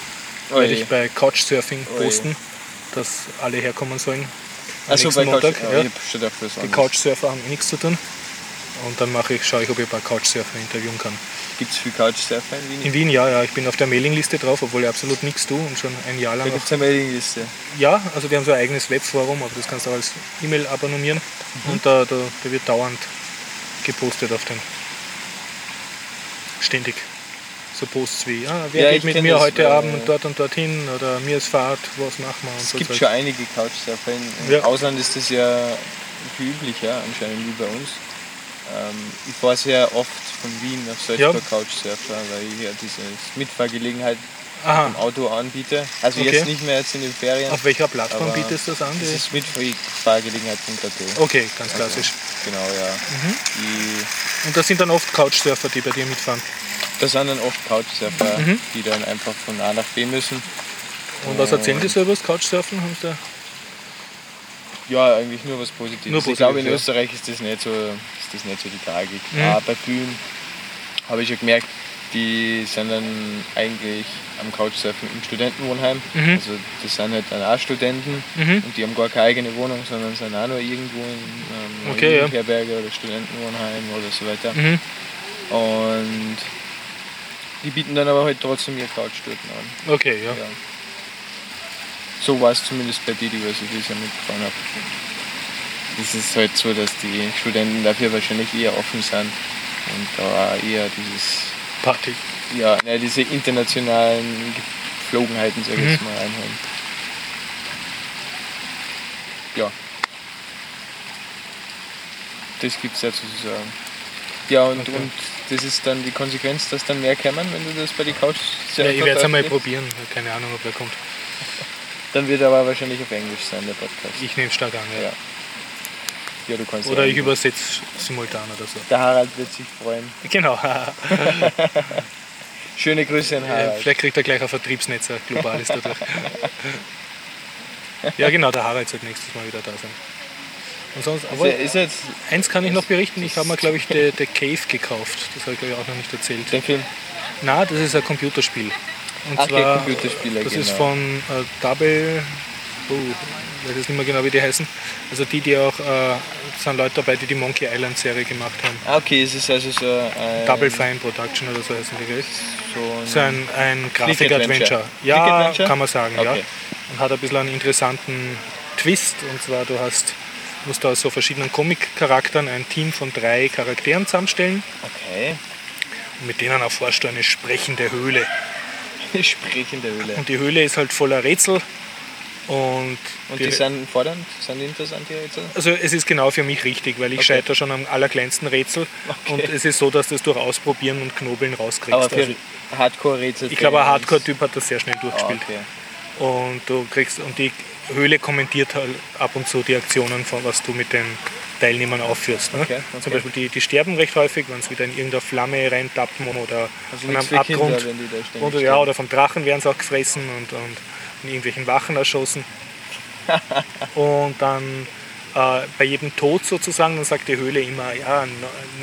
B: Oje.
A: werde ich bei Couchsurfing
B: Oje.
A: posten, dass alle herkommen sollen. Am
B: Achso,
A: nächsten
B: bei
A: Montag,
B: Couch.
A: ja.
B: Ja, Ich hab schon gedacht, das
A: Die Couchsurfer haben eh nichts zu tun. Und dann mache ich, schaue ich, ob ich ein paar Couchsurfer interviewen kann.
B: Gibt es viel Couchsurfer in Wien?
A: In Wien, ja, ja, ich bin auf der Mailingliste drauf, obwohl ich absolut nichts tue und schon ein Jahr
B: Da
A: lang
B: gibt es eine Mailingliste.
A: Ja, also die haben so ein eigenes Webforum, aber das kannst du auch als E-Mail abonnieren
B: Mhm.
A: und äh, da, da, da wird dauernd gepostet auf den. Ständig. So Posts wie, ah, wer
B: Ja,
A: geht
B: ich
A: mit
B: kenn
A: mir
B: das,
A: heute
B: äh,
A: Abend dort und dorthin oder mir ist Fahrt, was machen wir und
B: Es
A: so
B: gibt
A: Zeug.
B: schon einige Couchsurfer. In- Im
A: Ja.
B: Ausland ist das ja viel üblicher, anscheinend wie bei uns. Ähm, ich fahre sehr oft von Wien nach Salzburg
A: Ja.
B: Couchsurfer, weil ich ja diese Mitfahrgelegenheit im
A: Aha,
B: Auto anbiete. Also
A: Okay.
B: jetzt nicht mehr jetzt in den Ferien.
A: auf welcher Plattform
B: aber
A: bietest du das an?
B: Das
A: Die?
B: ist mitfahrgelegenheit.at.
A: Okay, ganz
B: Also,
A: klassisch.
B: Genau, ja.
A: Mhm.
B: Die,
A: Und das sind dann oft Couchsurfer, die bei dir mitfahren.
B: das sind dann oft Couchsurfer,
A: Mhm.
B: die dann einfach von A nach B müssen.
A: Und was erzählen die so über das Couchsurfen? Haben sie da?
B: Ja, eigentlich nur was Positives.
A: Nur
B: ich glaube,
A: positiv,
B: in
A: ja.
B: Österreich ist das nicht so, ist das nicht so die Tragik.
A: Mhm.
B: Aber bei vielen habe ich schon gemerkt, die sind dann eigentlich am Couchsurfen im Studentenwohnheim.
A: Mhm.
B: Also das sind halt dann auch Studenten
A: Mhm.
B: und die haben gar keine eigene Wohnung, sondern sind auch nur irgendwo in ähm,
A: Okay, ja.
B: Jugendherberge oder Studentenwohnheim oder so weiter.
A: Mhm.
B: Und die bieten dann aber halt trotzdem ihr Couchstürten an.
A: Okay, ja.
B: Ja. So war es zumindest bei D-Diversity, die ich ja mitgefahren habe. Es ist halt so, dass die Studenten dafür wahrscheinlich eher offen sind und da auch eher dieses,
A: Party.
B: ja, ne, diese internationalen Geflogenheiten, sag ich jetzt
A: Mhm.
B: mal, einholen. Ja. Das gibt's dazu zu sagen. Ja, und,
A: Okay.
B: und das ist dann die Konsequenz, dass dann mehr kämen, wenn du das bei die Couch
A: Ja, ich werde es einmal
B: veröffentlichst?
A: probieren. Keine Ahnung, ob er kommt.
B: Dann wird er aber wahrscheinlich auf Englisch sein, der Podcast.
A: Ich nehme stark an, ja.
B: Ja. Ja, du kannst
A: Oder
B: ja
A: ich
B: irgendwie-
A: übersetze simultan oder so.
B: Der Harald wird sich freuen.
A: Genau. (laughs)
B: Ah, Schöne Grüße an
A: Äh,
B: Harald.
A: Vielleicht kriegt er gleich ein Vertriebsnetz, ein globales
B: (laughs)
A: dadurch. ja, genau, der Harald wird nächstes Mal wieder da sein. Und sonst,
B: ist,
A: aber
B: er, ist er jetzt
A: eins kann ich noch berichten: ich habe mir,
B: (laughs)
A: glaube ich, The, The Cave gekauft. Das habe ich, glaube ich, auch noch nicht erzählt.
B: den Film?
A: Na, das ist ein Computerspiel. Und
B: Ach, ja,
A: zwar,
B: Computerspieler,
A: Das ist
B: genau.
A: von äh, Double. Oh, ich weiß jetzt nicht mehr genau, wie die heißen. Also, die, die auch. Äh, es sind Leute dabei, die die Monkey Island Serie gemacht haben.
B: Ah, okay, es ist also so ein...
A: Double Fine Production oder so heißen die, gell?
B: So
A: So
B: ein,
A: ein, ein Grafik-Adventure.
B: Click-Adventure.
A: Ja,
B: Click-Adventure?
A: kann man sagen, ja.
B: Okay.
A: Und hat ein bisschen einen interessanten Twist. Und zwar, du hast, musst aus so verschiedenen Comic-Charakteren ein Team von drei Charakteren zusammenstellen.
B: okay. (laughs)
A: Und mit denen erforscht du eine sprechende Höhle.
B: Sprechende Höhle.
A: Und die Höhle ist halt voller Rätsel. Und,
B: Und
A: die-
B: die sind fordernd? Sind die interessant, die Rätsel?
A: also es ist genau für mich richtig, weil ich
B: Okay.
A: scheitere schon am allerkleinsten Rätsel.
B: Okay.
A: Und es ist so, dass du es durch Ausprobieren und Knobeln rauskriegst.
B: Aber
A: also,
B: für Hardcore-Rätsel...
A: ich glaube, ein Hardcore-Typ hat das sehr schnell
B: Ah,
A: durchgespielt.
B: okay.
A: Und du kriegst und die Höhle kommentiert halt ab und zu die Aktionen von was du mit den Teilnehmern aufführst. Ne?
B: Okay, okay.
A: Zum Beispiel die, die sterben recht häufig, wenn sie wieder in irgendeiner Flamme reintappen oder
B: Also
A: an
B: nichts
A: einem
B: für Kinder,
A: Abgrund.
B: wenn die da ständig
A: Oder, ja,
B: sterben.
A: oder vom Drachen werden sie auch gefressen und, und in irgendwelchen Wachen erschossen. und dann äh, bei jedem Tod sozusagen, dann sagt die Höhle immer, ja, n-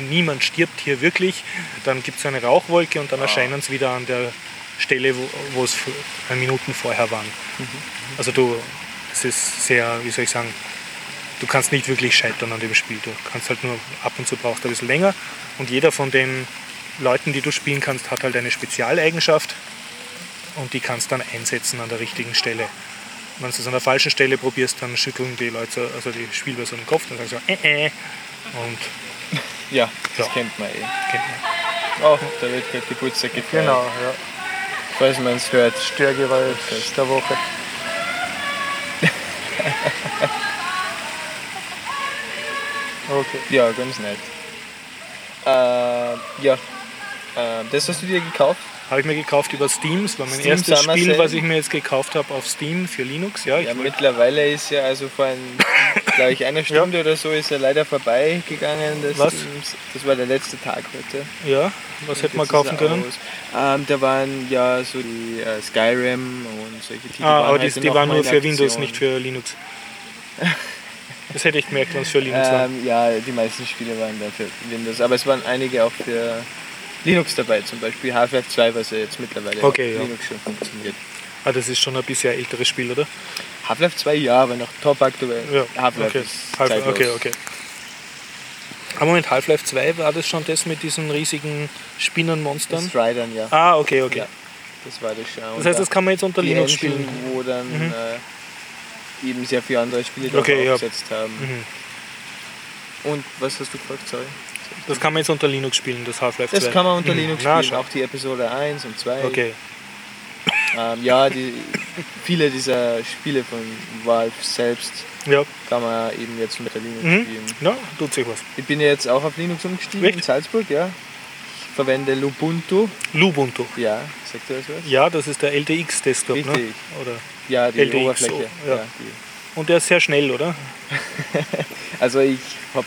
A: niemand stirbt hier wirklich. Dann gibt es eine Rauchwolke und dann erscheinen sie wieder an der Stelle, wo, wo es vor- äh, Minuten vorher waren. Also du, es ist sehr, wie soll ich sagen, du kannst nicht wirklich scheitern an dem Spiel. Du kannst halt nur, ab und zu brauchst du ein bisschen länger. Und jeder von den Leuten, die du spielen kannst, hat halt eine Spezialeigenschaft und die kannst dann einsetzen an der richtigen Stelle. Wenn du es an der falschen Stelle probierst, dann schütteln die Leute, so- also die Spieler so den Kopf, dann sagen sie, äh, äh. Und
B: Ja, das
A: Ja.
B: kennt man eh.
A: okay.
B: Oh, da wird gerade Geburtstag gefeiert.
C: Genau, ja.
B: Falls man es hört.
C: Störgewalt der Woche. (laughs) Okay.
B: Ja, ganz nett. Äh, ja. Äh, das hast du dir gekauft?
A: habe ich mir gekauft über Steam. Das war mein
B: Steam
A: erstes
B: Summer
A: Spiel,
B: Sale.
A: was ich mir jetzt gekauft habe auf Steam für Linux. Ja, ich
B: Ja,
A: wollte-
B: mittlerweile ist ja also vor ein, glaube ich,
A: (laughs)
B: einer Stunde oder so ist er leider vorbei gegangen. Das,
A: Was?
B: das war der letzte Tag heute.
A: ja was hätte man
B: Jetzt ist er
A: kaufen können?
B: aus. Ähm, da waren ja so die äh, Skyrim und solche Titel.
A: ah, aber
B: halt
A: die, die
B: noch
A: waren
B: mal
A: nur
B: in
A: für Windows,
B: Aktion.
A: nicht für
B: (laughs)
A: Linux. Das hätte ich gemerkt, wenn es für Linux war.
B: Ähm, ja, die meisten Spiele waren da für Windows, aber es waren einige auch für Linux dabei, zum Beispiel Half-Life 2, was ja jetzt mittlerweile
A: Okay,
B: auf
A: ja.
B: Linux schon funktioniert.
A: Ah, das ist schon ein bisschen ein älteres Spiel, oder?
B: Half-Life 2 ja, aber noch top aktuell.
A: Ja,
B: Half-Life
A: okay.
B: ist
A: Half
B: zeitlos.
A: okay, okay. Aber Moment, Half-Life 2 war das schon das mit diesen riesigen Spinnenmonstern?
B: Das Ridern, ja.
A: Ah, okay, okay.
B: Ja. Das war das schon.
A: Das heißt, das kann man jetzt unter
B: die
A: Linux
B: Engine,
A: spielen. Mhm.
B: Wo dann äh, eben sehr viele andere Spiele
A: Okay, ja.
B: drauf aufgesetzt haben.
A: Mhm.
B: Und was hast du gefragt, sorry?
A: Das kann man jetzt unter Linux spielen, das Half-Life 2.
B: Das kann man unter
A: Mhm.
B: Linux
A: Na,
B: spielen,
A: schau.
B: auch die Episode 1 und 2.
A: Okay.
B: Ähm, ja, die, viele dieser Spiele von Valve selbst
A: Ja.
B: kann man eben jetzt unter Linux
A: Mhm.
B: spielen.
A: Na, tut sich was.
B: Ich bin ja jetzt auch auf Linux umgestiegen in
A: Echt?
B: Salzburg, ja. Ich verwende Lubuntu,
A: Lubuntu.
B: ja, sagt ihr das was?
A: Ja, das ist der LTX-Desktop, ne?
B: Richtig.
A: Oder?
B: Ja, die
A: LDXO,
B: Oberfläche.
A: ja.
B: die.
A: Und der ist sehr schnell, oder?
B: Also ich habe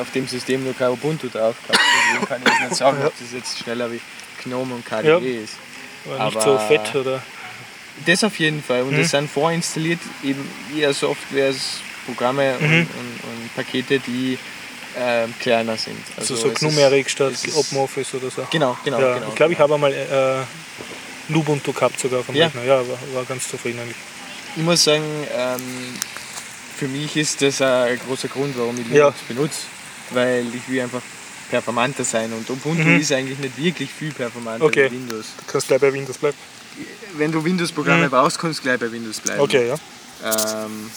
B: auf dem System nur kein Ubuntu drauf gehabt, deswegen kann ich jetzt nicht sagen, ob das jetzt schneller wie GNOME und KDE
A: Ja.
B: ist.
A: Oder nicht
B: Aber-
A: so fett, oder?
B: Das auf jeden Fall. Und
A: Mhm.
B: es sind vorinstalliert eben eher Softwares, Programme
A: Mhm.
B: und, und, und Pakete, die ähm, kleiner sind.
A: Also so
B: es ist-
A: Gnumerik statt
B: es ist-
A: OpenOffice oder so.
B: Genau, genau,
A: ja,
B: genau.
A: ich glaube, ich
B: genau.
A: habe einmal äh, Lubuntu gehabt sogar vom
B: Ja.
A: Rechner. Ja, war, war ganz zufrieden eigentlich.
B: Ich muss sagen, ähm, für mich ist das ein großer Grund, warum ich Linux
A: Ja.
B: benutze. Weil ich will einfach performanter sein und Ubuntu
A: Mhm.
B: ist eigentlich nicht wirklich viel performanter
A: Okay.
B: als Windows.
A: Du kannst gleich bei Windows bleiben.
B: Wenn du Windows-Programme
A: Mhm.
B: brauchst, kannst du gleich bei Windows bleiben.
A: Okay, ja.
B: Ähm,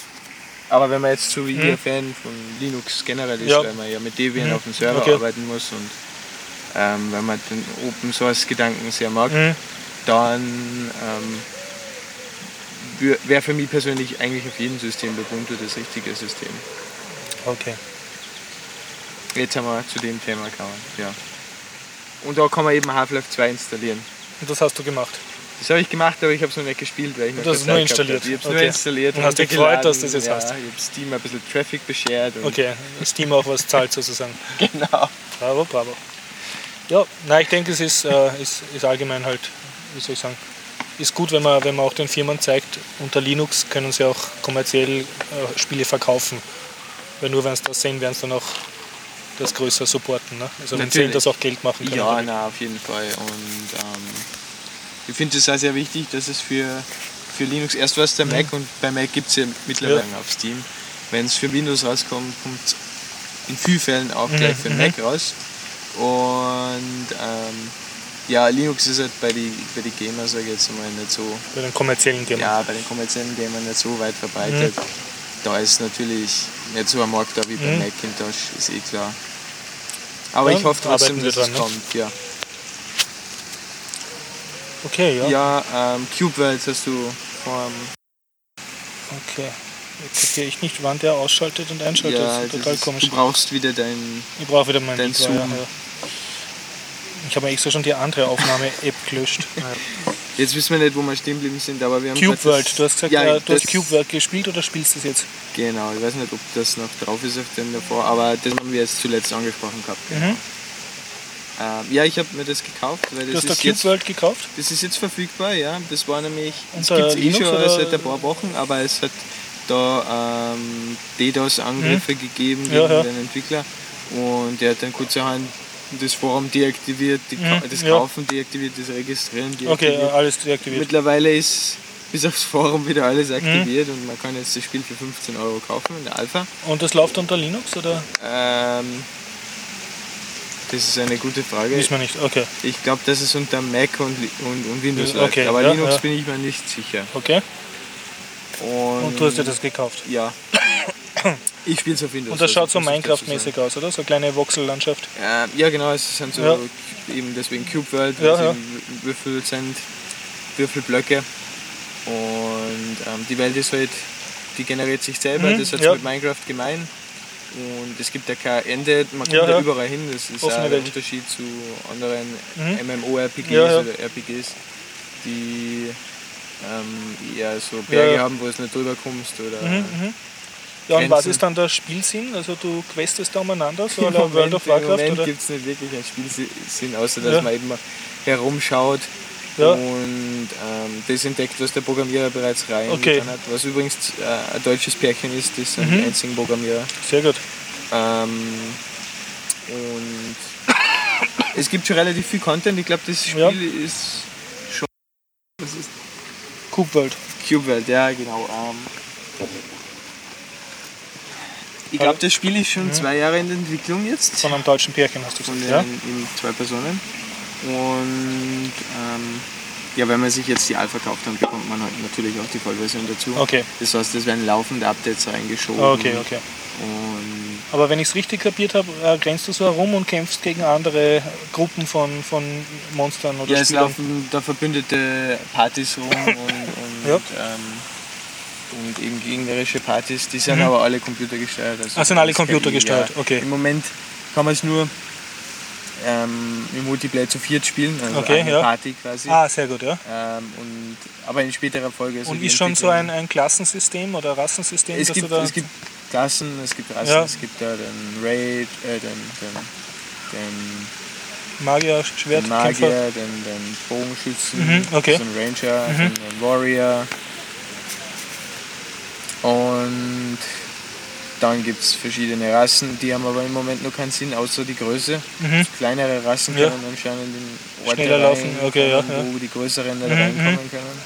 B: aber wenn man jetzt so wie
A: Mhm.
B: ihr Fan von Linux generell ist,
A: Ja.
B: weil man ja mit Debian
A: Mhm.
B: auf dem Server
A: Okay.
B: arbeiten muss und ähm, wenn man den Open Source Gedanken sehr mag,
A: Mhm.
B: dann ähm, wäre für mich persönlich eigentlich auf jedem System Ubuntu das richtige System.
A: Okay.
B: Jetzt haben wir zu dem Thema gekommen, ja. Und da kann man eben Half-Life 2 installieren.
A: Und das hast du gemacht.
B: Das habe ich gemacht, aber ich habe es noch nicht gespielt, weil ich noch
A: Du hast
B: keine
A: es
B: Zeit
A: nur
B: gehabt habe. Ich habe es
A: installiert.
B: nur installiert.
A: Und hast dich
B: runtergeladen.
A: gefreut, dass du das jetzt
B: ja,
A: hast.
B: Ich habe Steam ein bisschen Traffic beschert. Und
A: Okay, Steam auch was zahlt sozusagen.
B: (laughs) Genau.
A: Bravo, bravo. Ja, nein, ich denke, es ist, äh, ist, ist allgemein halt, wie soll ich sagen, ist gut, wenn man, wenn man auch den Firmen zeigt, unter Linux können sie auch kommerziell äh, Spiele verkaufen. Weil nur wenn sie das sehen, werden sie dann auch das größer supporten. Ne? Also wenn sie
B: Natürlich.
A: das auch Geld machen können.
B: Ja,
A: damit.
B: na, auf jeden Fall. Und ähm, ich finde es auch sehr wichtig, dass es für, für Linux erst was
A: Mhm.
B: der Mac und bei Mac gibt es ja mittlerweile auf Steam. Wenn es für Windows rauskommt, kommt es in vielen Fällen auch gleich
A: Mhm.
B: für den Mac raus. Und ähm, ja, Linux ist halt bei die, bei die Gamer, sage ich jetzt mal, nicht so,
A: Bei den kommerziellen Games.
B: ja, bei den kommerziellen Gamern nicht so weit verbreitet. Da ist natürlich nicht so ein Markt da wie bei
A: Mhm.
B: Macintosh, ist eh klar. Aber
A: Ja,
B: ich hoffe trotzdem,
A: arbeiten wir
B: dass es
A: dran, ne?
B: kommt, ja.
A: Okay, ja.
B: Ja, ähm, Cube World hast du vor
A: Okay. Jetzt verstehe ich nicht, wann der ausschaltet und einschaltet.
B: ja,
A: das ist total
B: ist-
A: komisch.
B: Du brauchst wieder dein.
A: Ich brauche wieder meinen
B: Dein
A: Mikro.
B: Zoom. (laughs)
A: Ja, ja. Ich habe extra schon die andere Aufnahme-App gelöscht.
B: Jetzt wissen wir nicht, wo wir stehen geblieben sind, aber wir haben
A: Cube
B: grad das-
A: World. Du hast gesagt,
B: ja,
A: äh, du hast
B: das-
A: Cube World gespielt oder spielst du es jetzt?
B: Genau, ich weiß nicht, ob das noch drauf ist auf dem davor, aber das haben wir jetzt zuletzt angesprochen gehabt.
A: Mhm.
B: Ähm, ja, ich habe mir das gekauft, weil
A: Du
B: das,
A: hast da
B: ist
A: Cube
B: jetzt,
A: World gekauft?
B: das ist jetzt verfügbar, ja. Das war nämlich, es
A: Unter
B: gibt eh
A: Linux
B: schon
A: oder-
B: seit ein paar Wochen, aber es hat da ähm, DDoS-Angriffe gegeben gegen
A: Mhm. Ja, ja.
B: den Entwickler und der hat dann kurzerhand das Forum deaktiviert, die, Ka-
A: Mhm,
B: das
A: ja.
B: Kaufen deaktiviert, das Registrieren
A: Okay,
B: deaktiviert.
A: äh, alles deaktiviert.
B: Mittlerweile ist bis aufs Forum wieder
A: Mhm.
B: alles aktiviert und man kann jetzt das Spiel für 15 Euro kaufen in der Alpha.
A: Und das läuft unter Linux oder?
B: Ähm, das ist eine gute Frage.
A: Wissen wir nicht. Okay,
B: Ich glaube, dass es unter Mac und, Li- und, und Windows läuft.
A: Okay,
B: Aber
A: ja,
B: Linux
A: ja.
B: bin ich mir nicht sicher.
A: okay.
B: Und,
A: Und du hast dir das gekauft.
B: Ja. Ich spiele es auf Windows.
A: Und das schaut so
B: also muss ich dazu
A: Minecraft-mäßig aus, oder? So eine kleine Voxellandschaft.
B: sagen. Ähm, ja, genau. Es sind so
A: Ja.
B: eben deswegen Cube World,
A: Ja,
B: weil
A: ja.
B: es eben W- Würfel sind, Würfelblöcke. Und ähm, die Welt ist halt, die generiert sich selber.
A: Mhm,
B: das hat
A: ja.
B: mit Minecraft gemein. Und es gibt ja kein Ende, man kommt
A: Ja,
B: da
A: ja.
B: überall hin. Das ist
A: Offene
B: auch der
A: Welt.
B: Unterschied zu anderen
A: Mhm.
B: MMORPGs
A: Ja, ja.
B: oder RPGs, die ähm, eher so Berge
A: Ja, ja.
B: haben, wo es nicht drüber kommst. Oder
A: Mhm,
B: (laughs)
A: mhm. Ja, und was
B: äh, Grenzen.
A: ist dann der Spielsinn? Also du questest da umeinander,
B: (laughs)
A: so
B: Im
A: à la World of
B: Moment- Im
A: Warcraft?
B: Moment
A: Oder?
B: gibt es nicht wirklich einen Spielsinn, außer dass
A: Ja.
B: man eben herumschaut
A: Ja.
B: und ähm, das entdeckt, was der Programmierer bereits rein
A: Okay.
B: getan hat. Was übrigens äh, ein deutsches Pärchen ist, das sind die
A: Mhm.
B: einzigen Programmierer.
A: Sehr gut.
B: Ähm, und (coughs) es gibt schon relativ viel Content. Ich glaube, das Spiel
A: Ja.
B: ist schon. Das ist
A: Cube World.
B: Cube World, ja, genau. Ähm, ich glaube, das Spiel ist schon zwei Jahre in Entwicklung jetzt
A: Von einem deutschen Pärchen hast du
B: von
A: gesagt,
B: den
A: Mhm. ja?
B: eben zwei Personen. Und ähm, ja, wenn man sich jetzt die Alpha kauft, dann bekommt man halt natürlich auch die Vollversion dazu.
A: Okay,
B: Das heißt, es werden laufende Updates reingeschoben.
A: okay, okay.
B: Und
A: Aber wenn ich es richtig kapiert habe, äh, grenzt du so herum und kämpfst gegen andere Gruppen von, von Monstern oder
B: ja, es
A: Spielern.
B: laufen da verbündete Partys rum und, und,
A: (laughs) Ja.
B: ähm, und eben gegnerische Partys. Die sind aber alle computergesteuert. Also
A: Mhm. Ah, sind alle
B: das KI,
A: computergesteuert, okay.
B: Im Moment kann man es nur ähm, im Multiplayer zu viert spielen, also
A: Okay,
B: eine
A: ja.
B: Party quasi.
A: Ah, sehr gut, ja.
B: Ähm, und, aber in späterer Folge. also
A: Und
B: die
A: ist schon so ein,
B: Entwicklung-
A: ein Klassensystem oder Rassensystem,
B: Es
A: dass
B: gibt,
A: du da.
B: es gibt Klassen, es gibt Rassen,
A: Ja.
B: es gibt da den Raid, äh, den, den, den,
A: Magier,
B: den
A: Schwertkämpfer.
B: Magier, den, den Bogenschützen,
A: Mhm, okay. Mhm.
B: den Ranger, den, den Warrior. Und dann gibt es verschiedene Rassen, die haben aber im Moment noch keinen Sinn, außer die Größe.
A: Mhm.
B: Kleinere Rassen
A: Ja.
B: können anscheinend in Orte
A: Schneller laufen,
B: rein,
A: okay, ja,
B: wo die größeren nicht
A: Mhm,
B: reinkommen können.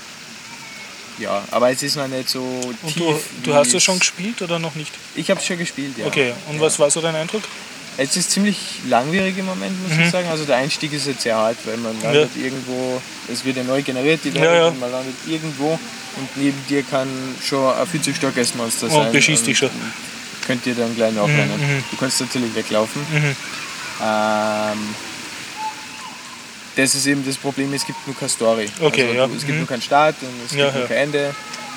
B: Ja, aber es ist noch nicht so
A: Und
B: tief.
A: du,
B: wie
A: du hast es
B: es-
A: schon gespielt oder noch nicht?
B: Ich habe schon gespielt, ja.
A: Okay, und
B: ja.
A: was war so dein Eindruck?
B: Es ist ziemlich langwierig im Moment, muss
A: Mhm.
B: ich sagen. Also der Einstieg ist jetzt sehr hart, weil man landet irgendwo, es wird ja neu generiert, die Welt,
A: ja.
B: und man landet irgendwo und neben dir kann schon ein viel zu starkes Monster sein.
A: Und beschießt Oh, dich schon.
B: Könnt ihr dann gleich nachrennen.
A: mhm.
B: Du kannst natürlich weglaufen.
A: Mhm.
B: Ähm, das ist eben das Problem, es gibt nur keine Story.
A: Okay,
B: also,
A: ja.
B: du- Es gibt
A: Mhm.
B: nur keinen Start und es
A: Ja,
B: gibt nur
A: ja. Mhm.
B: kein Ende.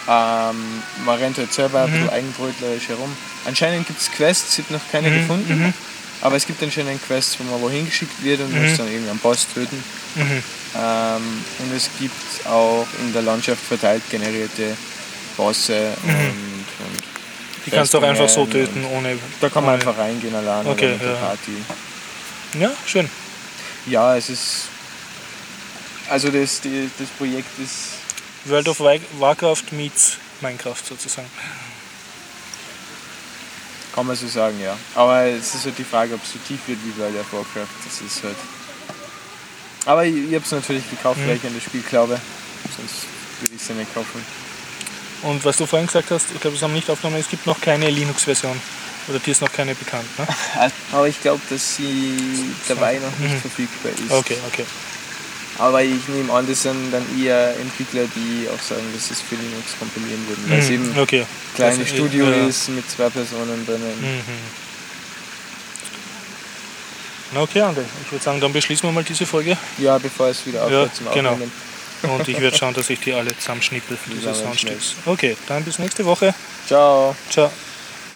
B: Ähm, man rennt halt selber ein bisschen eigenbrötlerisch herum. Anscheinend gibt es Quests, ich habe noch
A: Mhm,
B: keine gefunden. Aber es gibt anscheinend Quests, wo man wohin geschickt wird und muss dann irgendeinen Boss töten.
A: Mhm.
B: Ähm, und es gibt auch in der Landschaft verteilt generierte Bosse
A: Mhm.
B: und, und
A: Die kannst du auch einfach so
B: Festungen
A: töten, ohne.
B: da kann man
A: ohne-
B: einfach reingehen allein
A: Okay,
B: oder mit der
A: ja.
B: Party.
A: Ja, schön.
B: Ja, es ist. Also das, die, das Projekt ist.
A: World of Wa- Warcraft meets Minecraft sozusagen.
B: Kann man so sagen, ja. Aber es ist halt die Frage, ob es so tief wird wie bei der Warcraft. Das ist halt. Aber ich, ich habe es natürlich gekauft,
A: Mhm.
B: weil ich an das Spiel glaube. Sonst würde ich es ja nicht kaufen.
A: Und was du vorhin gesagt hast, ich glaube, das haben wir nicht aufgenommen, es gibt noch keine Linux-Version. Oder die ist noch keine bekannt, ne?
B: Aber ich glaube, dass sie dabei noch nicht verfügbar ist.
A: Mhm. Okay, okay.
B: Aber ich nehme an, das sind dann eher Entwickler, die auch sagen, dass sie es für Linux kompilieren würden. Weil es
A: Mhm,
B: eben ein
A: okay.
B: kleines
A: Das-
B: Studio
A: ja.
B: ist mit zwei Personen drinnen.
A: Mhm. Na okay, André, ich würde sagen, dann beschließen wir mal diese Folge.
B: Ja, bevor es wieder aufhört
A: Ja,
B: zum
A: genau.
B: Aufnehmen.
A: Und ich werde schauen, dass ich die alle zusammenschnippel, diese
B: Zusammenschnippel.
A: Soundstücks. Okay, dann bis nächste Woche.
B: Ciao.
A: Ciao.